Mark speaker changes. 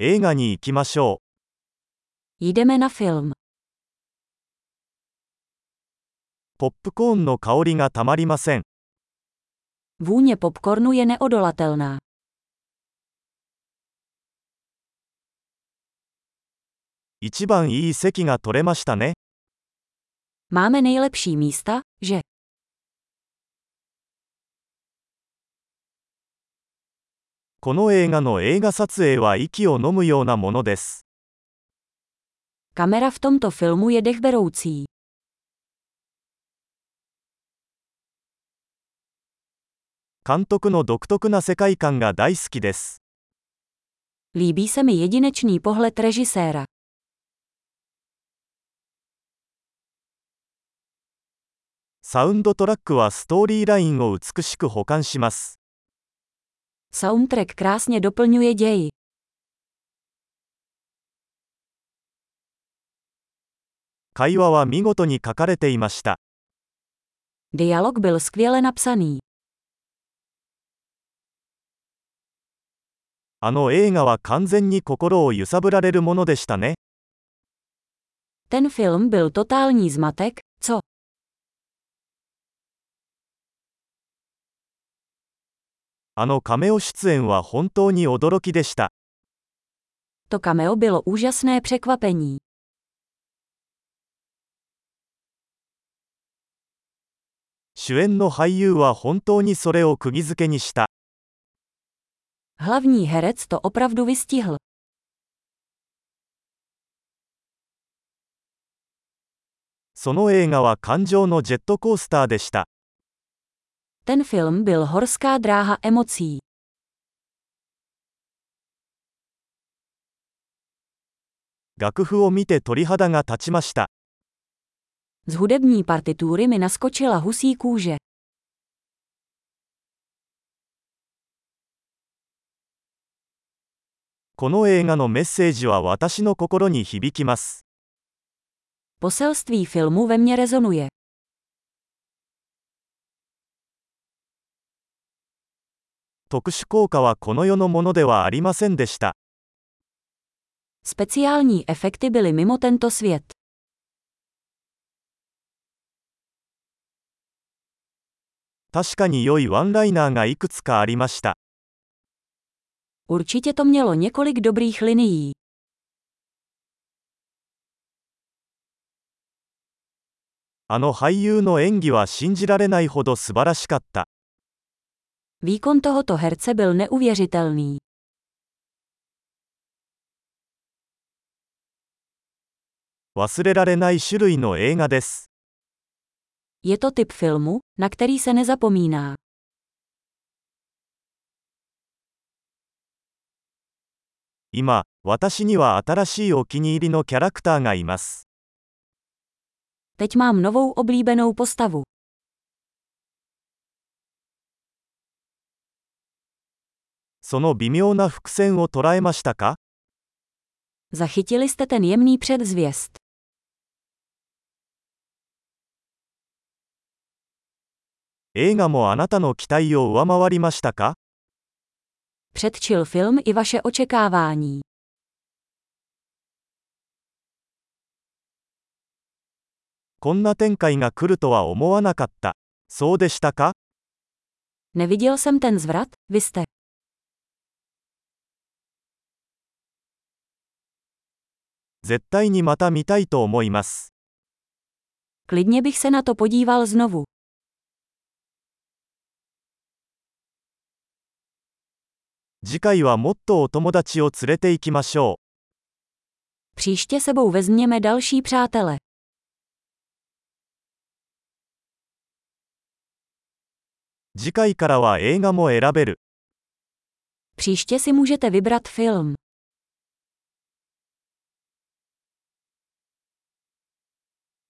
Speaker 1: 映画に行きましょう。
Speaker 2: Jdeme na film.
Speaker 1: ポップコーンの香りがたまりません。
Speaker 2: Vůně popcornu je neodolatelná.
Speaker 1: 一番いい席が取れましたね。
Speaker 2: Máme nejlepší místa, že?
Speaker 1: この映画の映画撮影は息を飲むようなものです。
Speaker 2: Kamera v tomto filmu je dechberoucí.
Speaker 1: 監督の独特な世界観が大好きです。
Speaker 2: Líbí se mi jedinečný pohled režiséra.
Speaker 1: サウンドトラックはストーリーラインを美しく保管します。
Speaker 2: Soundtrack krásně doplňuje ději.
Speaker 1: 会話は見事に書かれていました。
Speaker 2: Dialog byl skvěle napsaný.
Speaker 1: あの映画は完全に心を揺さぶられるものでしたね。
Speaker 2: Ten film byl totální zmatek, co?
Speaker 1: あのカメオ出演は本当に驚きでした。
Speaker 2: To cameo bylo úžasné překvapení.
Speaker 1: 主演の俳優は本当にそれを釘付けにした。
Speaker 2: Hlavní herec to opravdu vystihl.
Speaker 1: その映画は感情のジェットコースターでした。
Speaker 2: Ten film byl horská dráha emocí.
Speaker 1: 楽譜を見て鳥肌が立ちました。
Speaker 2: Z hudební partitury mi naskočila husí kůže.
Speaker 1: この映画のメッセージは私の心に響きます。
Speaker 2: Poselství filmu ve mně rezonuje.
Speaker 1: 特殊効果はこの世のものではありませんでした。
Speaker 2: Speciální efekty byly mimo tento svět.
Speaker 1: 確かに良いワンライナーがいくつかありました。
Speaker 2: Určitě to mělo několik dobrých linií.
Speaker 1: あの俳優の演技は信じられないほど素晴らしかった。
Speaker 2: Výkon tohoto herce byl neuvěřitelný.
Speaker 1: 忘れられない種類の映画です。
Speaker 2: Je to typ filmu, na který se nezapomíná.
Speaker 1: 今、私には新しいお気に入りのキャラクターがいます。
Speaker 2: Teď mám novou oblíbenou postavu.
Speaker 1: その微妙な伏線を捉えましたか
Speaker 2: Zachytili jste ten jemný předzvěst.
Speaker 1: 映画もあなたの期待を上回りましたか
Speaker 2: Předčil film i vaše očekávání.
Speaker 1: こんな展開が来るとは思わなかった。そうでしたか
Speaker 2: Neviděl jsem ten zvrat, vy jste.
Speaker 1: 絶対にまた見たいと思います。
Speaker 2: Klidně bych se na to podíval znovu.
Speaker 1: 次回はもっとお友達を連れて行きましょう。
Speaker 2: Příště sebou vezměme další přátele.
Speaker 1: 次回からは映画も選べる。
Speaker 2: Příště si můžete vybrat film.